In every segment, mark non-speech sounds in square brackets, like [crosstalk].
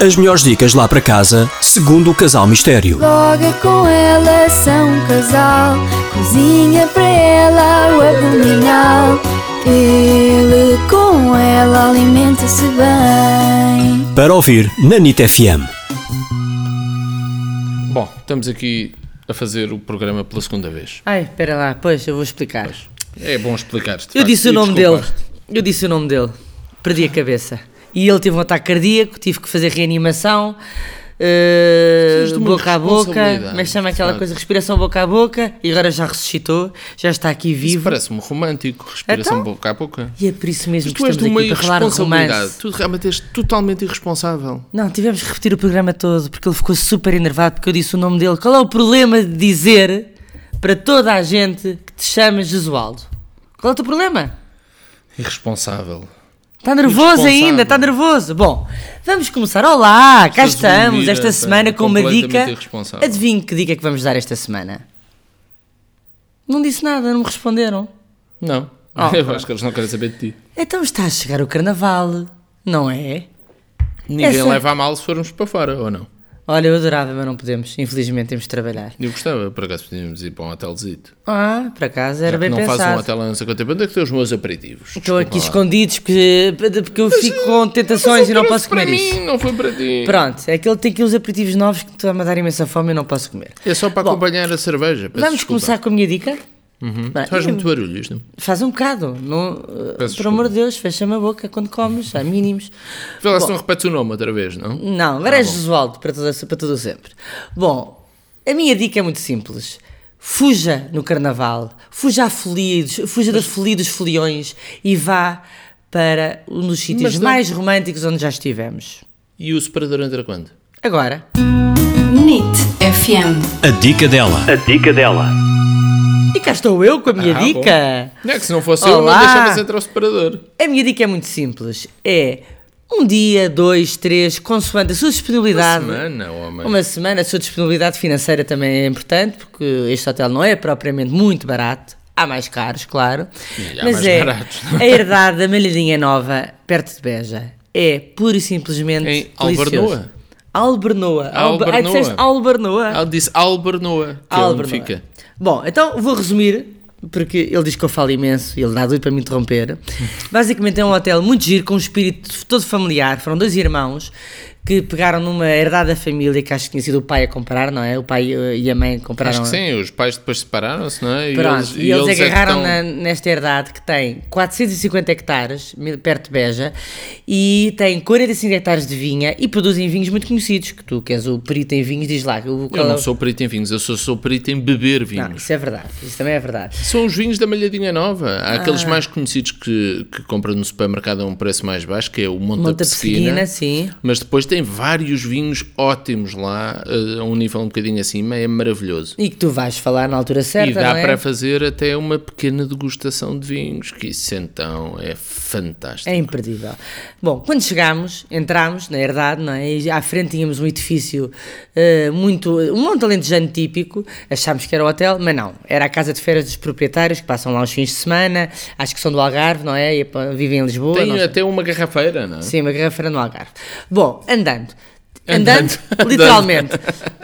As melhores dicas lá para casa, segundo o Casal Mistério. Logo com ela são um casal, cozinha para ela o abdominal. Ele com ela alimenta-se bem. Para ouvir na NIT FM. Bom, estamos aqui a fazer o programa pela segunda vez. Ai, espera lá, pois eu vou explicar. É bom explicar-te. eu Vasco, disse o Ah, e nome dele. desculpa-te. Eu disse o nome dele. Perdi a cabeça. E ele teve um ataque cardíaco, tive que fazer reanimação. eh, Precisas de uma boca a boca, responsabilidade, mas chama aquela Vasco. coisa respiração boca a boca e agora já ressuscitou, já está aqui Isso vivo. parece-me romântico, respiração Então? boca a boca. Tipo, E é por isso mesmo Mas que tu és de estamos uma aqui para falar de irresponsabilidade. romance. Tu realmente és totalmente irresponsável. Não, tivemos que repetir o programa todo porque ele ficou super enervado porque eu disse o nome dele. Qual é o problema de dizer para toda a gente que te chamas Jesualdo? Qual é o teu problema? Irresponsável. Está Tá nervoso Irresponsável. ainda, está nervoso. Bom, vamos começar. Olá, cá Estás estamos desiludida, esta semana com uma completamente dica. irresponsável. Adivinhe que dica é que vamos dar esta semana? Não disse nada, não me responderam. Não. Ah, [laughs] eu pronto. acho que eles não querem saber de ti. Então está a chegar o carnaval, não é? Ninguém Essa- leva a mal se formos para fora, ou não? Olha, eu adorava, mas não podemos. Infelizmente temos de trabalhar. Eu gostava, por acaso podíamos ir para um hotelzito. Ah, por acaso Já era que bem não fazes um pensado. hotel há não sei quanto tempo. Onde é que estão os meus aperitivos? Estou aqui Desculpa lá. escondidos porque, porque eu fico com tentações e não posso comer para isso. mim, não foi para ti. Pronto, é que ele tem aqui uns aperitivos novos que estão a dar imensa fome e eu não posso comer. É só para acompanhar a cerveja. peço Vamos desculpa. Uhum. começar com a minha dica? Bem, Faz muito barulho isto. Faz um bocado, não, Peço por amor de Deus, fecha-me a boca quando comes, há mínimos. Vê lá se não repetes o nome outra vez, não? Não, agora Ah, és Josualdo para tudo, para tudo sempre. Bom, a minha dica é muito simples. Fuja no carnaval, fuja à folia, dos- fuja da folia dos foliões e vá para um dos sítios não- mais românticos onde já estivemos. E o separador entra quando? Agora, NIT FM. A dica dela. A dica dela. e cá estou eu com a minha Ah, bom. dica. Não é que se não fosse eu, Olá. não deixavas entrar o separador. A minha dica é muito simples. É um dia, dois, três, consoante a sua disponibilidade. Semana, homem. Uma semana, a sua disponibilidade financeira também é importante, porque este hotel não é propriamente muito barato. Há mais caros, claro. E há mas mais é baratos. a herdade da Malhadinha Nova, perto de Beja. É pura e simplesmente. Em delicioso. Albarnoa? Albarnoa. Alba- Albarnoa. Ai, disseste Albarnoa. Ela disse Albernoa, que é onde Albernoa. fica. Bom, então vou resumir, porque ele diz que eu falo imenso e ele dá doido para [laughs] me interromper. Basicamente é um hotel muito giro, com um espírito todo familiar. Foram dois irmãos que pegaram numa herdade da família, que acho que tinha sido o pai a comprar, não é? O pai eh, e a mãe compraram. Acho que sim, os pais depois separaram-se, não é? Pronto, e eles, é que agarraram estão- na- nesta herdade que tem 450 hectares, mil- perto de Beja, e tem 45 hectares de vinha e produzem vinhos muito conhecidos, que tu, que és o perito em vinhos, diz lá. O, qual Eu é não o- sou perito em vinhos, eu sou, sou perito em beber Não, vinhos. isso é verdade, isso também é verdade. São os vinhos da Malhadinha Nova. Há aqueles Ah. mais conhecidos que, que compram no supermercado a um preço mais baixo, que é o Monte, Monte da da Piscina. Piscina, sim. Mas depois tem vários vinhos ótimos lá, eh, a um nível um bocadinho acima, é maravilhoso. E que tu vais falar na altura certa, e dá não é? para fazer até uma pequena degustação de vinhos, que isso então é fantástico. É imperdível. Bom, quando chegámos, entrámos, na verdade, não é? E à frente tínhamos um edifício eh, muito. um monte alentejano típico, achámos que era o hotel, mas não. Era a casa de férias dos proprietários que passam lá uns fins de semana, acho que são do Algarve, não é? E pá, vivem em Lisboa. Tem não sei. até uma garrafeira, não é? Sim, uma garrafeira no Algarve. Bom, andando. Andando. [laughs] Andando, literalmente.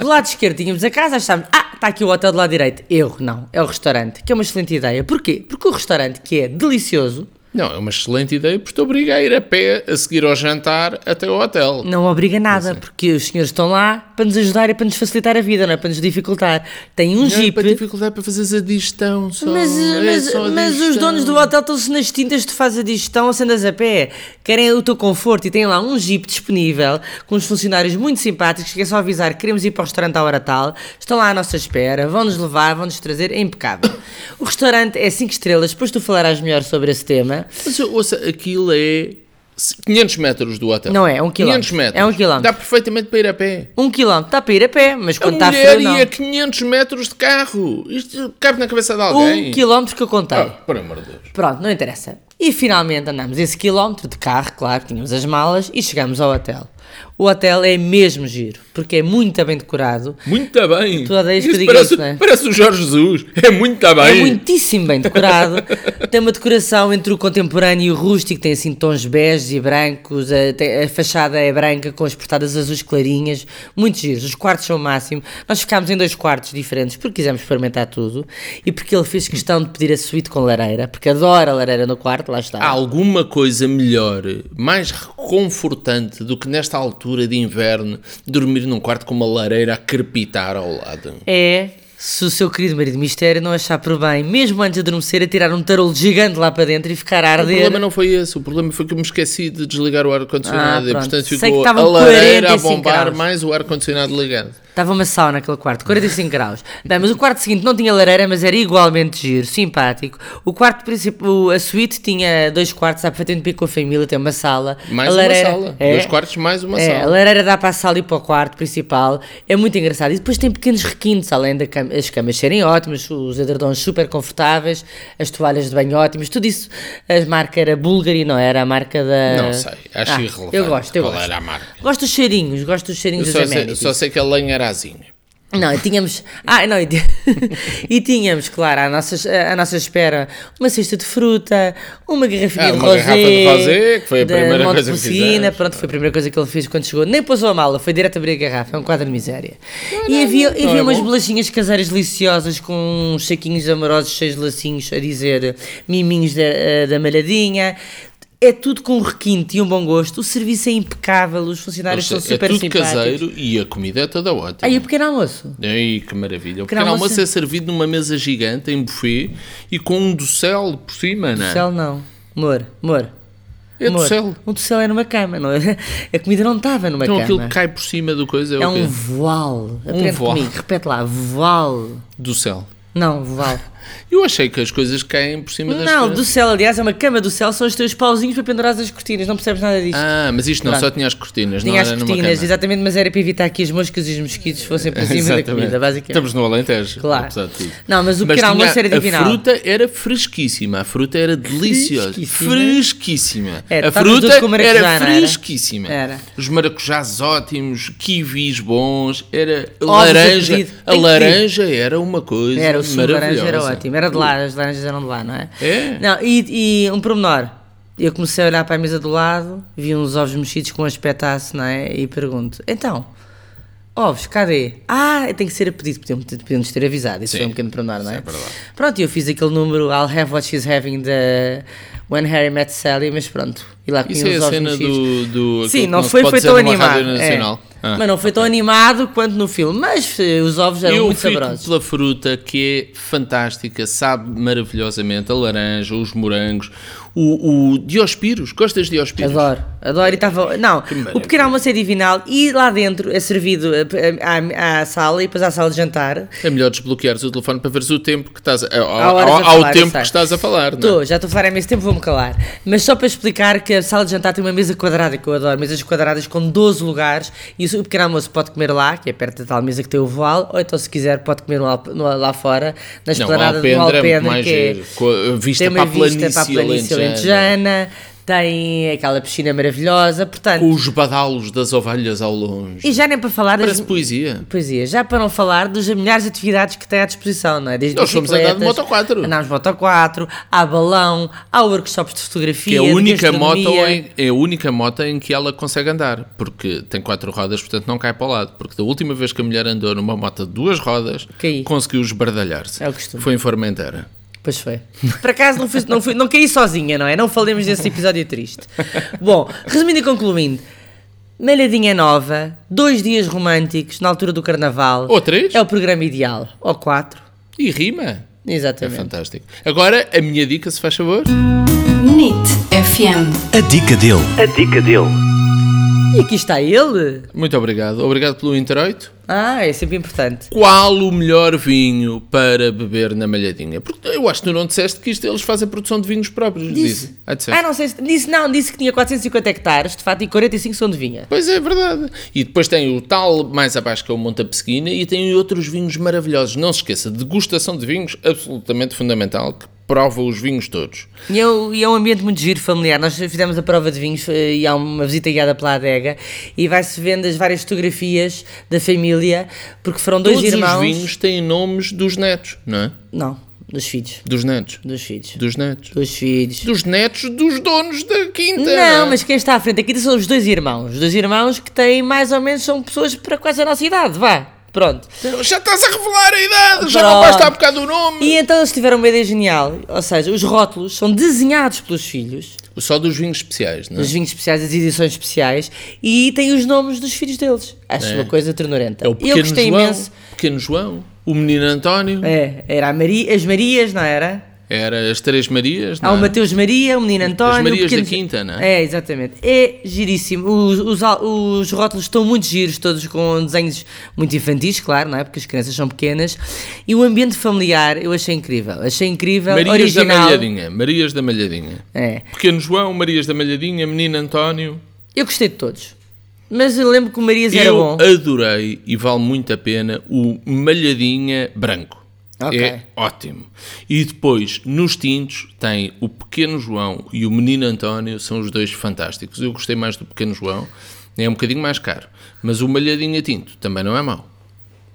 Do lado esquerdo tínhamos a casa, achámos, ah, está aqui o hotel do lado direito. Erro, não, é o restaurante, que é uma excelente ideia. Porquê? Porque o restaurante, que é delicioso, Não, é uma excelente ideia, porque te obriga a ir a pé, a seguir ao jantar, até ao hotel. Não obriga nada, porque os senhores estão lá para nos ajudar e para nos facilitar a vida, não é para nos dificultar. Tem um Não é jeep. para dificuldade para fazeres a digestão só. Mas, É mas, só a mas os digestão. donos do hotel estão-se nas tintas, tu fazes a digestão ou se andas a pé. Querem o teu conforto e têm lá um jeep disponível, com uns funcionários muito simpáticos, que é só avisar que queremos ir para o restaurante à hora tal, estão lá à nossa espera, vão-nos levar, vão-nos trazer, é impecável. O restaurante é 5 estrelas, depois tu falarás melhor sobre esse tema. Mas ouça, aquilo é 500 metros do hotel. Não é, é um quilómetro. 500 metros. É um quilómetro. Dá perfeitamente para ir a pé. Um quilómetro, está para ir a pé, mas A quando está mulher frio não. ia 500 metros de carro. Isto cabe na cabeça de Um alguém. quilómetro que eu contei. Ah, por amor de Deus. Pronto, não interessa. E finalmente andámos esse quilómetro de carro, claro, tínhamos as malas e chegámos ao hotel. O hotel é mesmo giro, porque é muito bem decorado. Muito bem. Tu odeias que eu Isso diga parece, isso, não é? parece o Jorge Jesus. É muito É bem. muitíssimo bem decorado. tem uma decoração entre o contemporâneo e o rústico, tem assim tons bege e brancos, a, te- a fachada é branca com as portadas azuis clarinhas, muito giros. Os quartos são o máximo. Nós ficámos em dois quartos diferentes porque quisemos experimentar tudo e porque ele fez questão de pedir a suíte com lareira, porque adora lareira no quarto, lá está. Há alguma coisa melhor, mais reconfortante do que nesta altura de inverno dormir num quarto com uma lareira a crepitar ao lado? É se o seu querido marido mistério não achar por bem, mesmo antes de adormecer, a tirar um tarolo gigante lá para dentro e ficar a O arder. Um problema não foi esse, o problema foi que eu me esqueci de desligar o Ah, ar-condicionado e, pronto. portanto, Sei que ficou a estavam lareira a 45 bombar graus. mais o ar-condicionado ligado. Estava uma sauna naquele quarto, 45 graus. Não, mas o quarto seguinte não tinha lareira, mas era igualmente giro, simpático. O quarto principal, a suíte tinha dois quartos, dá para ter um pico com a família, tem uma sala. Mais a uma lareira- sala. É. Dois quartos, mais uma É, a sala. lareira dá para a sala e para o quarto principal, é muito engraçado. E depois tem pequenos requintes, além das camas serem ótimas, os edredons super confortáveis, as toalhas de banho ótimas, tudo isso. A marca era Bulgari, não era a marca da. Ah, Não sei, acho irrelevante Eu gosto, eu qual gosto. era a marca. Gosto dos cheirinhos, gosto dos Eu cheirinhos só das sei, amenities. só sei que a lenha era azinha. Não, e tínhamos. Ah, não, e, ti- [laughs] e tínhamos, claro, à nossa, à nossa espera uma cesta de fruta, uma garrafinha Ah, de uma rosé. garrafa de rosé, que foi a da primeira Monte coisa que Puccina. fizemos. Pronto, foi a primeira coisa que ele fez quando chegou. Nem pousou a mala, foi direto abrir a garrafa, é um quadro de miséria. e havia, não havia é umas bom. bolachinhas caseiras deliciosas com uns saquinhos amorosos cheios de lacinhos, a dizer miminhos da, eh, da malhadinha. É tudo com requinte e um bom gosto. O serviço é impecável, os funcionários Ou são seja, é super tudo simpáticos. caseiro e a comida é toda ótima. Aí o pequeno almoço. Ei, que maravilha. O Pequeno pequeno almoço almoço. é servido numa mesa gigante, em buffet, e com um dossel por cima, não é? Dossel não. Mor, mor. É Mor. dossel. Um dossel é numa cama, não é? [laughs] A comida não estava numa Então aquilo cama. que cai por cima do coisa é, É o quê? um voal. Aprende voal. comigo, repete lá. Voal. Dossel. [laughs] Não, voal. Eu achei que as coisas caem por cima das não, coisas. do céu, aliás, é uma cama do céu, são os teus pauzinhos para pendurar as cortinas, não percebes nada disto. Ah, mas isto não, Pronto. só tinha as cortinas, Tinha não as era cortinas, numa cama. exatamente, mas era para evitar que as moscas e os mosquitos [laughs] fossem para cima da Exatamente. comida, basicamente. Estamos no Alentejo, Claro. apesar de tudo. Não, mas o Mas pequeno tinha- almoço era divinal. A fruta era fresquíssima, a fruta era deliciosa. Fresquíssima. Fresquíssima. É, a estava tudo fruta com maracujá, não era era? fresquíssima. Era. Os maracujás ótimos, kiwis bons, era a Ovos a laranja. pedido. A Tem que laranja era uma coisa Era, o suco de laranja maravilhosa. era ótimo. Era de lá, as laranjas eram de lá, não é? É. Não, e, e um pormenor. Eu comecei a olhar para a mesa do lado, vi uns ovos mexidos com um aspetaço, não é? E pergunto, então, ovos, cadê? Ah, tem que ser a pedido, podiam- podiam-nos ter avisado. Isso Sim, foi um pequeno pormenor, não é? é verdade. pronto, e eu fiz aquele número, I'll have what she's having the When Harry Met Sally, mas pronto. E lá Isso comi é uns a ovos cena mexidos. do. do aquilo Sim, que não se foi, pode foi dizer tão numa rádio animado. é. Nacional. Ah. Mas não foi tão animado quanto no filme, mas eh, os ovos eram Eu muito fico saborosos. pela fruta que é fantástica, sabe maravilhosamente a laranja, os morangos, o, o diospiros, gostas de diospiros? Adoro, adoro e estava. Não, o pequeno almoço é divinal e lá dentro é servido eh, p- à, à sala e depois à sala de jantar. É melhor desbloqueares o telefone para veres o tempo que estás a, ao, Há horas a ao- ao falar, eu tempo sei. que estás a falar, não é? Estou, já estou a falar há imenso tempo, vou-me calar. Mas só para explicar que a sala de jantar tem uma mesa quadrada que eu adoro, mesas quadradas com 12 lugares e o pequeno almoço pode comer lá, que é perto da tal mesa que tem o voal, ou então se quiser pode comer no alp- no- lá fora, Não, a na esplanada do alpendra é muito Alpendre, mais que é. giro, com a vista tem para a uma planície, vista para a planície alentejana, alentejana, tem aquela piscina maravilhosa, portanto. com os badalos das ovelhas ao longe. E já nem para falar das- Parece poesia. Pois é, já para não falar dos milhares de atividades que tem à disposição, não é? Desde Nós fomos andar de bicicletas, Moto 4. Andámos de Moto 4, há balão, há workshops de Que é fotografia, a de única moto gastronomia. em, é a única moto em que ela consegue andar, porque tem quatro rodas, portanto não cai para o lado. Porque da última vez que a mulher andou numa moto de duas rodas, Caí. conseguiu esbardalhar-se. É o costume. Foi em Formentera. Pois foi. Por acaso não, fui, não, fui, não caí sozinha, não é? Não falemos desse episódio triste. Bom, resumindo e concluindo. Malhadinha nova, dois dias românticos na altura do carnaval. Ou três. É o programa ideal. Ou quatro. E rima. É Exatamente. fantástico. Agora, a minha dica, se faz favor. NIT FM. A dica dele. A dica dele. e aqui está ele. Muito obrigado. Obrigado pelo introito. Ah, é sempre importante. Qual o melhor vinho para beber na malhadinha? Porque eu acho que tu não disseste que isto, eles fazem produção de vinhos próprios. Disse. Dizem. Ah, disseste. Ah, não sei se, disse, não, disse que tinha 450 hectares, de fato, e 45 são de vinha. Pois é, verdade. E depois tem o tal mais abaixo que é o Montapesquina e tem outros vinhos maravilhosos. Não se esqueça, degustação de vinhos absolutamente fundamental, que prova os vinhos todos. E é, um- e é um ambiente muito giro, familiar. Nós fizemos a prova de vinhos eh, e há uma visita guiada pela adega e vai-se vendo as várias fotografias da família, porque foram dois Todos irmãos. os vinhos têm nomes dos netos, não é? Não, dos filhos. Dos netos. Dos filhos. Dos netos. Dos filhos. Dos netos dos donos da quinta. é? Não, mas quem está à frente aqui são os dois irmãos. Os dois irmãos que têm mais ou menos são pessoas para quase a nossa idade, vá. Pronto. Já estás a revelar a idade, já não basta a bocado o nome. E então eles tiveram uma ideia genial, ou seja, os rótulos são desenhados pelos filhos, Só dos vinhos especiais, não é? os vinhos especiais, as edições especiais, e têm os nomes dos filhos deles. Acho uma coisa ternurenta. É o Eu pequeno gostei João, imenso. pequeno João, o menino António, É, era a Maria, as Marias, não era? era as três Marias, não Há o é? Mateus Maria, o menino António. As Marias o pequeno- da Quinta, não é? É, exatamente. É giríssimo. Os, os, al- os rótulos estão muito giros, todos com desenhos muito infantis, claro, não é? Porque as crianças são pequenas. E o ambiente familiar eu achei incrível. Achei incrível, Marias da original. Malhadinha, Marias da Malhadinha. É. Pequeno João, Marias da Malhadinha, menino António. Eu gostei de todos. Mas eu lembro que o Marias era Eu bom. adorei e vale muito a pena o Malhadinha Branco. Ok. É ótimo. E depois, nos tintos, tem o Pequeno João e o Menino António, são os dois fantásticos. Eu gostei mais do Pequeno João, é um bocadinho mais caro. Mas o Malhadinha Tinto também não é mau.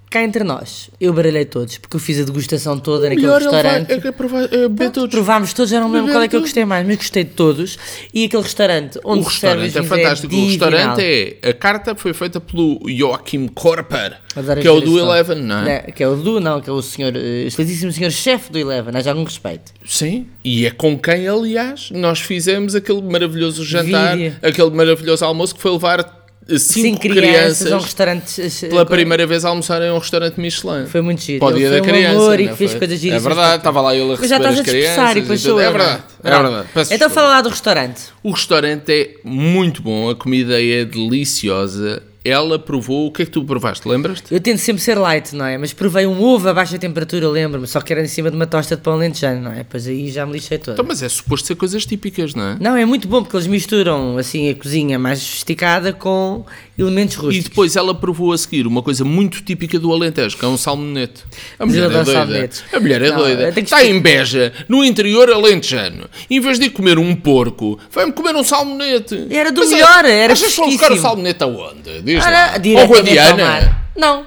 Cá entre nós, eu baralhei todos, porque eu fiz a degustação toda naquele Melhor ele vai- restaurante. é que é provar- é beber todos. Provámos todos, já não me lembro Beber qual é que eu todos. gostei mais, mas gostei de todos. E aquele restaurante onde O se serve os restaurante é vinhos fantástico. o divinal. restaurante é. A carta foi feita pelo Joachim Korper, Adoro que é o esta do versão. Eleven, não é? Que é o do, não, que é o senhor, eh, excelentíssimo senhor chefe do Eleven, haja algum respeito. Sim. E é com quem, aliás, nós fizemos aquele maravilhoso jantar, Vídeo. aquele maravilhoso almoço que foi levar eh, cinco, crianças, a um restaurante. eh, pela com- primeira vez a almoçar em um restaurante Michelin. Foi muito giro. Para o Ele dia foi da um criança. amor e não que fez foi? coisas É giríssimas. verdade, estava lá ele a Mas receber já estás as a crianças. dispersar e depois tudo. sou é eu, não verdade, é Pronto. verdade. Peço Então desculpa. fala lá do restaurante. O restaurante é muito bom, a comida é deliciosa. Ela provou. O que é que tu provaste? Lembras-te? Eu tento sempre ser light, não é? Mas provei um ovo a baixa temperatura, lembro-me, só que era em cima de uma tosta de pão lentejano, não é? Pois aí já me lixei todo. Então, mas é suposto ser coisas típicas, não é? Não, é muito bom porque eles misturam assim a cozinha mais sofisticada com elementos E rústicos. depois ela provou a seguir uma coisa muito típica do Alentejo, que é um salmonete. A Mas mulher eu é adoro doida. salmonetes. A mulher é Não, doida. eu tenho que Está em Beja, no interior alentejano. Em vez de ir comer um porco, vai-me comer um salmonete. Era do Mas é- melhor, era Achas que vão buscar o fresquíssimo. salmonete aonde? Diz Ora, lá. Ou com a diretamente ao Diana? mar. Não.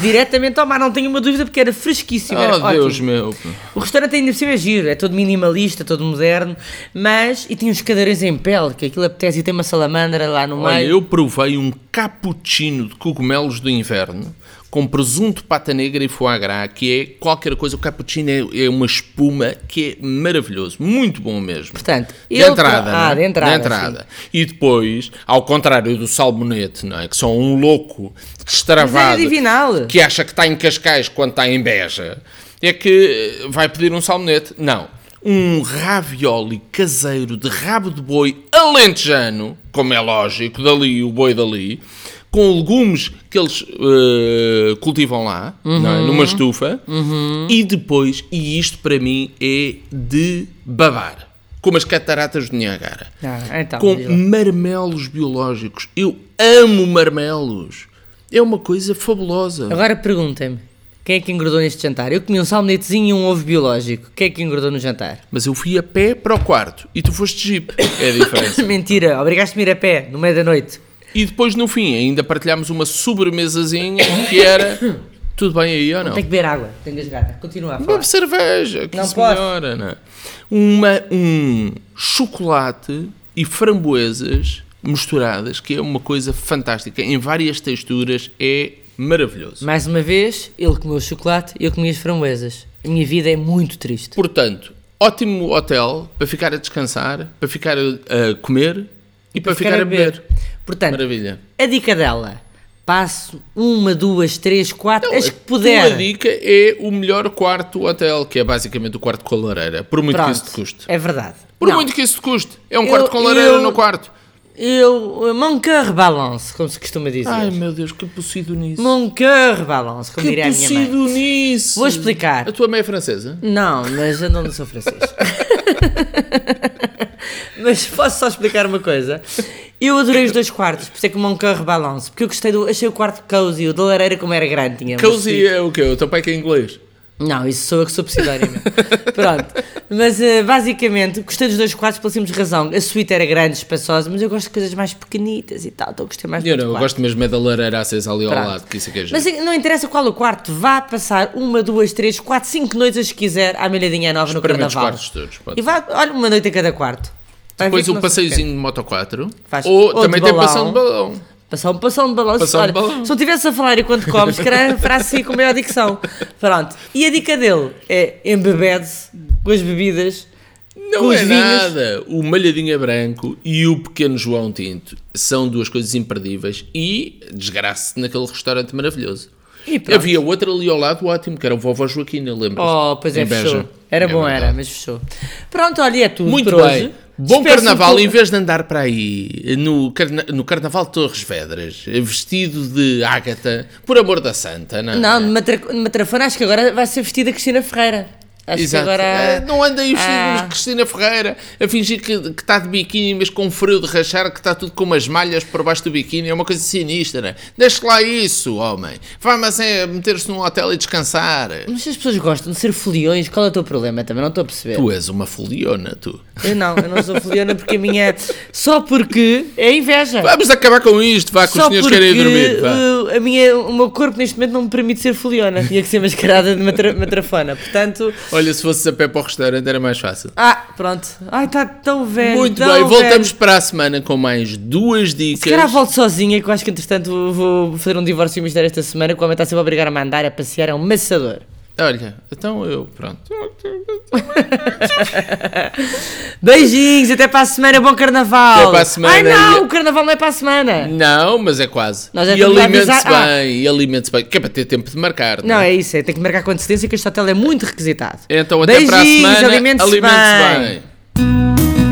Diretamente ao mar, não tenho uma dúvida porque era fresquíssimo. era Oh, Deus ótimo. meu. O restaurante ainda por cima é giro, é todo minimalista, todo moderno, mas. E tinha uns cadeirões em pele, que aquilo apetece e tem uma salamandra lá no Olha, meio. eu provei um cappuccino de cogumelos do inverno com presunto, pata negra e foie gras, que é qualquer coisa. O cappuccino é, é uma espuma que é maravilhoso, muito bom mesmo. Portanto, de ele- entrada, ah, não é? de entrada, E depois, ao contrário do salmonete, não é? Que são um louco Mas destravado é divinal. que acha que está em Cascais quando está em Beja, é que eh, vai pedir um salmonete. Não. Um ravioli caseiro de rabo de boi alentejano, como é lógico, dali, o boi dali, com legumes que eles eh, cultivam lá, não Uhum. é? numa estufa, e depois, e isto para mim é de babar, como as cataratas do Niagara Ah, então, com um- diz lá. marmelos biológicos. Eu amo marmelos. É uma coisa fabulosa. Agora perguntem-me, quem é que engordou neste jantar? Eu comi um salmonetezinho e um ovo biológico. Quem é que engordou [laughs] no jantar? Mas eu fui a pé para o quarto e tu foste jeep. É a diferença. [coughs] Mentira, obrigaste-me a ir a pé, no meio da noite. e depois no fim ainda partilhámos uma sobremesazinha que era tudo bem aí ou não? Tenho que beber água, tenho que engasgada. Continua a falar. Uma cerveja, que Não posso. senhora, não é? Uma, um chocolate e framboesas misturadas, que é uma coisa fantástica, em várias texturas, é maravilhoso. Mais uma vez, ele comeu o chocolate e eu comi as framboesas. A minha vida é muito triste. Portanto, ótimo hotel para ficar a descansar, para ficar a, a comer e para, ficar, a beber. Portanto, Maravilha. a dica dela. Passo uma, duas, três, quatro, as é A que puder. tua dica é o melhor quarto hotel, que é basicamente o quarto com a lareira, por muito Pronto, que isso te custe. é verdade. Por Não, muito que isso te custe. É um Eu- quarto com lareira eu- no quarto. Eu, mon cœur balance, como se costuma dizer. Ai meu Deus, que possido nisso. Mon cœur balance, como que diria a minha mãe. possido nisso. Vou explicar. A tua mãe é francesa? Não, mas eu não sou francês. [laughs] mas posso só explicar uma coisa? Eu adorei os dois quartos, por isso é que o Moncarro Balance, porque eu gostei do. Achei o quarto cozy, o da lareira como era grande. Tinha umas Cozy é o quê? O teu pai que é inglês. suítes- Não, isso sou eu que sou pseudónimo. Pronto. Mas eh, basicamente gostei dos dois quartos pela simples razão. A suíte era grande, espaçosa, mas eu gosto de coisas mais pequenitas e tal. Então gostei mais do Eu, outro não, eu quarto. gosto mesmo é da lareira acesa ali ao Pronto. lado, que isso é que é Mas giro. eh, não interessa qual o quarto, vá passar uma, duas, três, quatro, cinco noites as que quiser à milhadinha nova no Experimente os carnaval. quartos todos, pode. E vá, olha, uma noite em cada quarto. Vai ver Depois que um não se passeiozinho de moto 4. Faz- Ou, ou de também tem balão. passão de balão. Passou um passão de balão. Passão de Olha, balão. Se eu estivesse a falar enquanto comes, se calhar fará assim com melhor dicção. Pronto. E a dica dele é embebede-se com as bebidas. Não com os é vinhos. nada. O Malhadinha Branco e o Pequeno João Tinto são duas coisas imperdíveis e desgraça-se naquele restaurante maravilhoso. E pronto. Havia outro ali ao lado ótimo, que era o Vovó Joaquina, lembras? Oh, pois é, Em Beja. fechou. Era É bom, verdade. era, mas fechou. Pronto, olha, e é tudo Muito por bem. hoje. Bom Espero carnaval, que- em vez de andar para aí no, carna- no Carnaval de Torres Vedras, vestido de Ágata, por amor da Santa, não é? Não, de matra- de matrafona, acho que agora vai ser vestida Cristina Ferreira. Acho Exato. que agora... É, não anda aí vestido Ah. de Cristina Ferreira a fingir que que está de biquíni, mas com frio de rachar, que está tudo com umas malhas por baixo do biquíni. É uma coisa sinistra. Deixa lá isso, homem. Vá, mas é meter-se num hotel e descansar. Mas se as pessoas gostam de ser foliões, qual é o teu problema? Também não estou a perceber. Tu é. és uma foliona, tu. Eu não, eu não sou foliona porque a minha... Só porque é inveja. Vamos acabar com isto, vá, que os Só senhores porque querem ir dormir. Vá. uh, a minha, o meu corpo neste momento não me permite ser foliona. Tinha que ser mascarada de matra- matrafona. Portanto. Olha, se fosses a pé para o restaurante era mais fácil. Ah, pronto. Ai, está tão velho. Muito tão bem, voltamos Então, velho. para a semana com mais duas dicas. Se calhar volto sozinha, que eu acho que entretanto vou fazer um divórcio mistério esta semana, que o homem está sempre a obrigar a mandar, a passear, é um maçador. Olha, então eu, pronto. Beijinhos, até para a semana, bom carnaval. Até para a semana. Ai não, E- o carnaval não é para a semana. Não, mas é quase. Nós já e estamos a alimente-se bem, avisar- Ah. e alimente-se bem. Que é para ter tempo de marcar. Não, é? é isso, é, tem que marcar com antecedência que este hotel é muito requisitado. Então até para a Beijinhos, semana. alimente-se alimente-se bem. bem.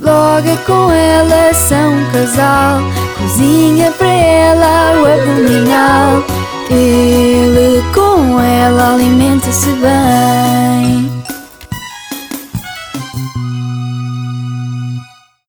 Logo com ela são um casal Cozinha para ela o abdominal Ele com ela alimenta-se bem